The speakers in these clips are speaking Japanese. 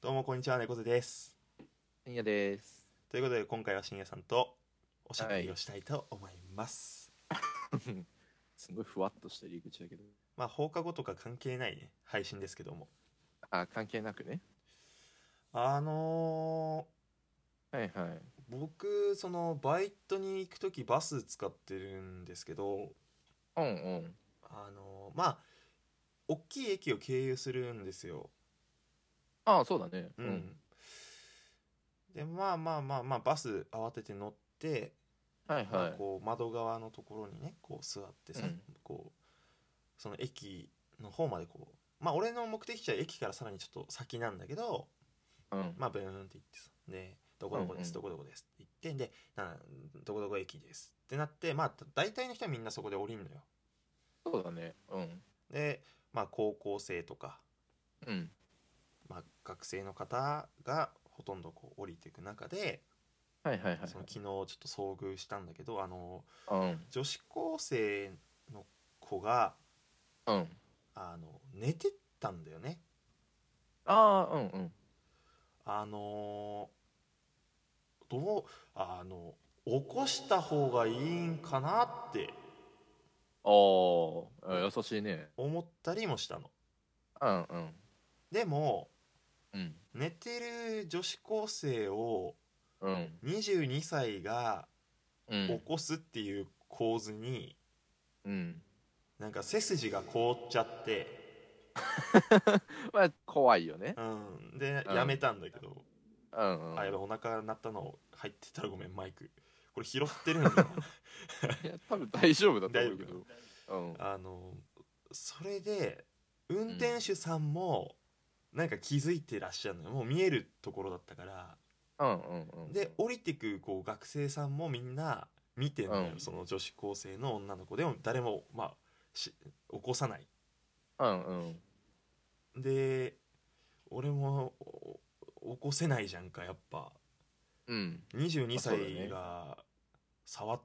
どうもこんにちは猫背です深夜です。ということで今回は深夜さんとおしゃべりをしたいと思います、すごいふわっとした入り口だけど。まあ放課後とか関係ないね配信ですけどもあ、関係なくね。あのはいはい。ー僕そのバイトに行く時バス使ってるんですけどうんうん。あのーまあ大きい駅を経由するんですよああ、そうだね。うん、。でまあまあまあまあバス慌てて乗って、はいまあはい。こう窓側のところにねこう座ってさ、うんこうその駅の方までこうまあ俺の目的地は駅からさらにちょっと先なんだけどうん。まあブーンって行ってさでどこどこでうんうす、んどこどこですって言ってでなどこどこ駅ですってなってまあ大体の人はみんなそこで降りるのよそうだね。うん。でまあ高校生とか、うん。まあ、学生の方がほとんどこう降りていく中ではいはいはいはい。その昨日ちょっと遭遇したんだけどあのうん。女子高生の子がうん。あの寝てたんだよねああ、うんうん。あのーどうあの起こした方がいいんかなってああ、優しいね。思ったりもしたのうんうん。でもうん。寝てる女子高生をうん。 22歳がう起ん。こすっていう構図に、うん。なんか背筋が凍っちゃって、まあ、怖いよね。うん、でうんやめたんだけど、うんうん。あやばいお腹鳴ったの入ってたらごめんマイクこれ拾ってるんだよないや、多分大丈夫だと思うけ大ど。うん。あのそれで運転手さんもなんか気づいてらっしゃるのよもう見えるところだったからうんうんうん。で、降りてくこう学生さんもみんな見てんのよ、うんその女子高生の女の子でも誰もまあし起こさないうんうん。で俺もお起こせないじゃんかやっぱうん。 22あそうだね歳が触っ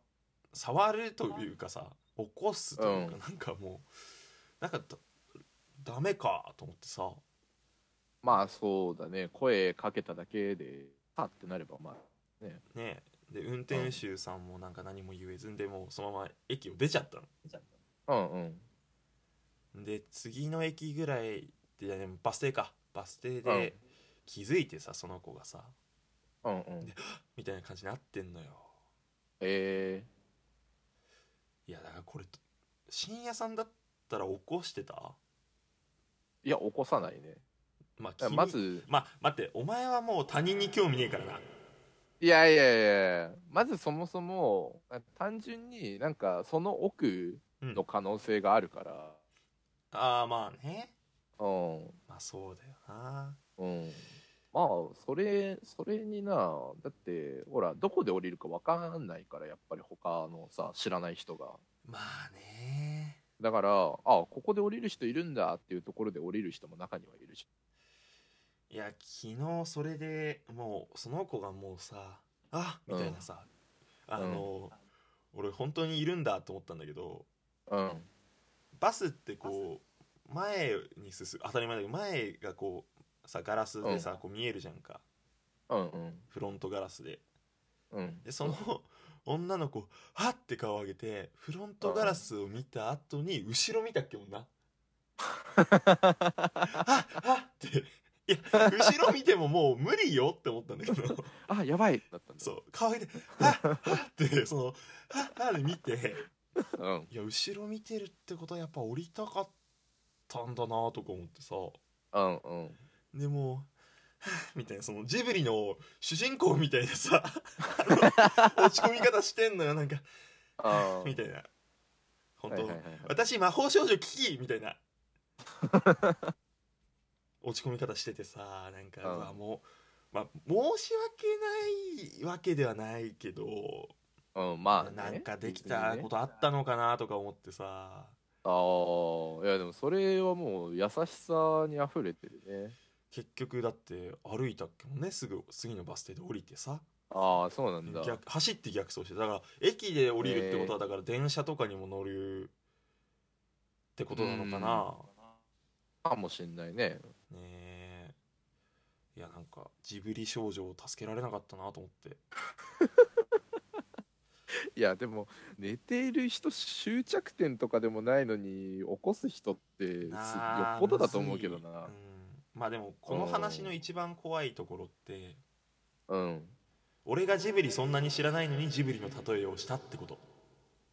触るというかさ起こすというか、うんなんかもうなんかだダメかと思ってさまあそうだね声かけただけでパってなればまあねで運転手さんもなんか何も言えずでもうそのまま駅を出ちゃったうんうんので次の駅ぐらいでいやでもバス停かバス停うんで気づいてさその子がさうんうんみたいな感じになってんのよえいやだからこれ深夜さんだったら起こしてたー、いや起こさないねまあいや君まずまあ待ってお前はもう他人に興味ねえからないやいやいやいやまずそもそも単純になんかその奥の可能性があるからああまあねうんまあそうだよなうんまあそれそれになだってほらどこで降りるかわかんないからやっぱり他のさ知らない人がまあねだからあここで降りる人いるんだっていうところで降りる人も中にはいるしいや昨日それでもうその子がもうさあみたいなさ、あの、俺本当にいるんだと思ったんだけどうんバスってこう前に進む当たり前だけど前がこうさガラスでさ、こう見えるじゃんかうんうんフロントガラスでうんでその女の子はって顔を上げてフロントガラスを見た後に後ろ見たっけもんなああっていや後ろ見てももう無理よって思ったんだけどあやばいだったんだそう顔上げて「ああってその「ああで見てうんいや後ろ見てるってことはやっぱ降りたかったんだなとか思ってさうんうんでもうはぁみたいなそのジブリの主人公みたいなさあの落ち込み方してんのよなんかあー みたいな本当、はいはいはいはい私魔法少女キキみた いな落ち込み方しててさなんか、うんうわもう、まあ、申し訳ないわけではないけど、うんまあねなんかできたことあったのかなとか思ってさああいやでもそれはもう優しさに溢れてるね結局だって歩いたっけもんねすぐ次のバス停で降りてさああそうなんだ逆走って逆走してだから駅で降りるってことはだから電車とかにも乗るってことなのかな、かもしんないねねえいやなんなんかジブリ少女を助けられなかったなと思っていやでも寝ている人終着点とかでもないのに起こす人ってすよなあっぽどだと思うけどむなずいうんまあでもこの話の一番怖いところってうん俺がジブリそんなに知らないのにジブリの例えをしたってこと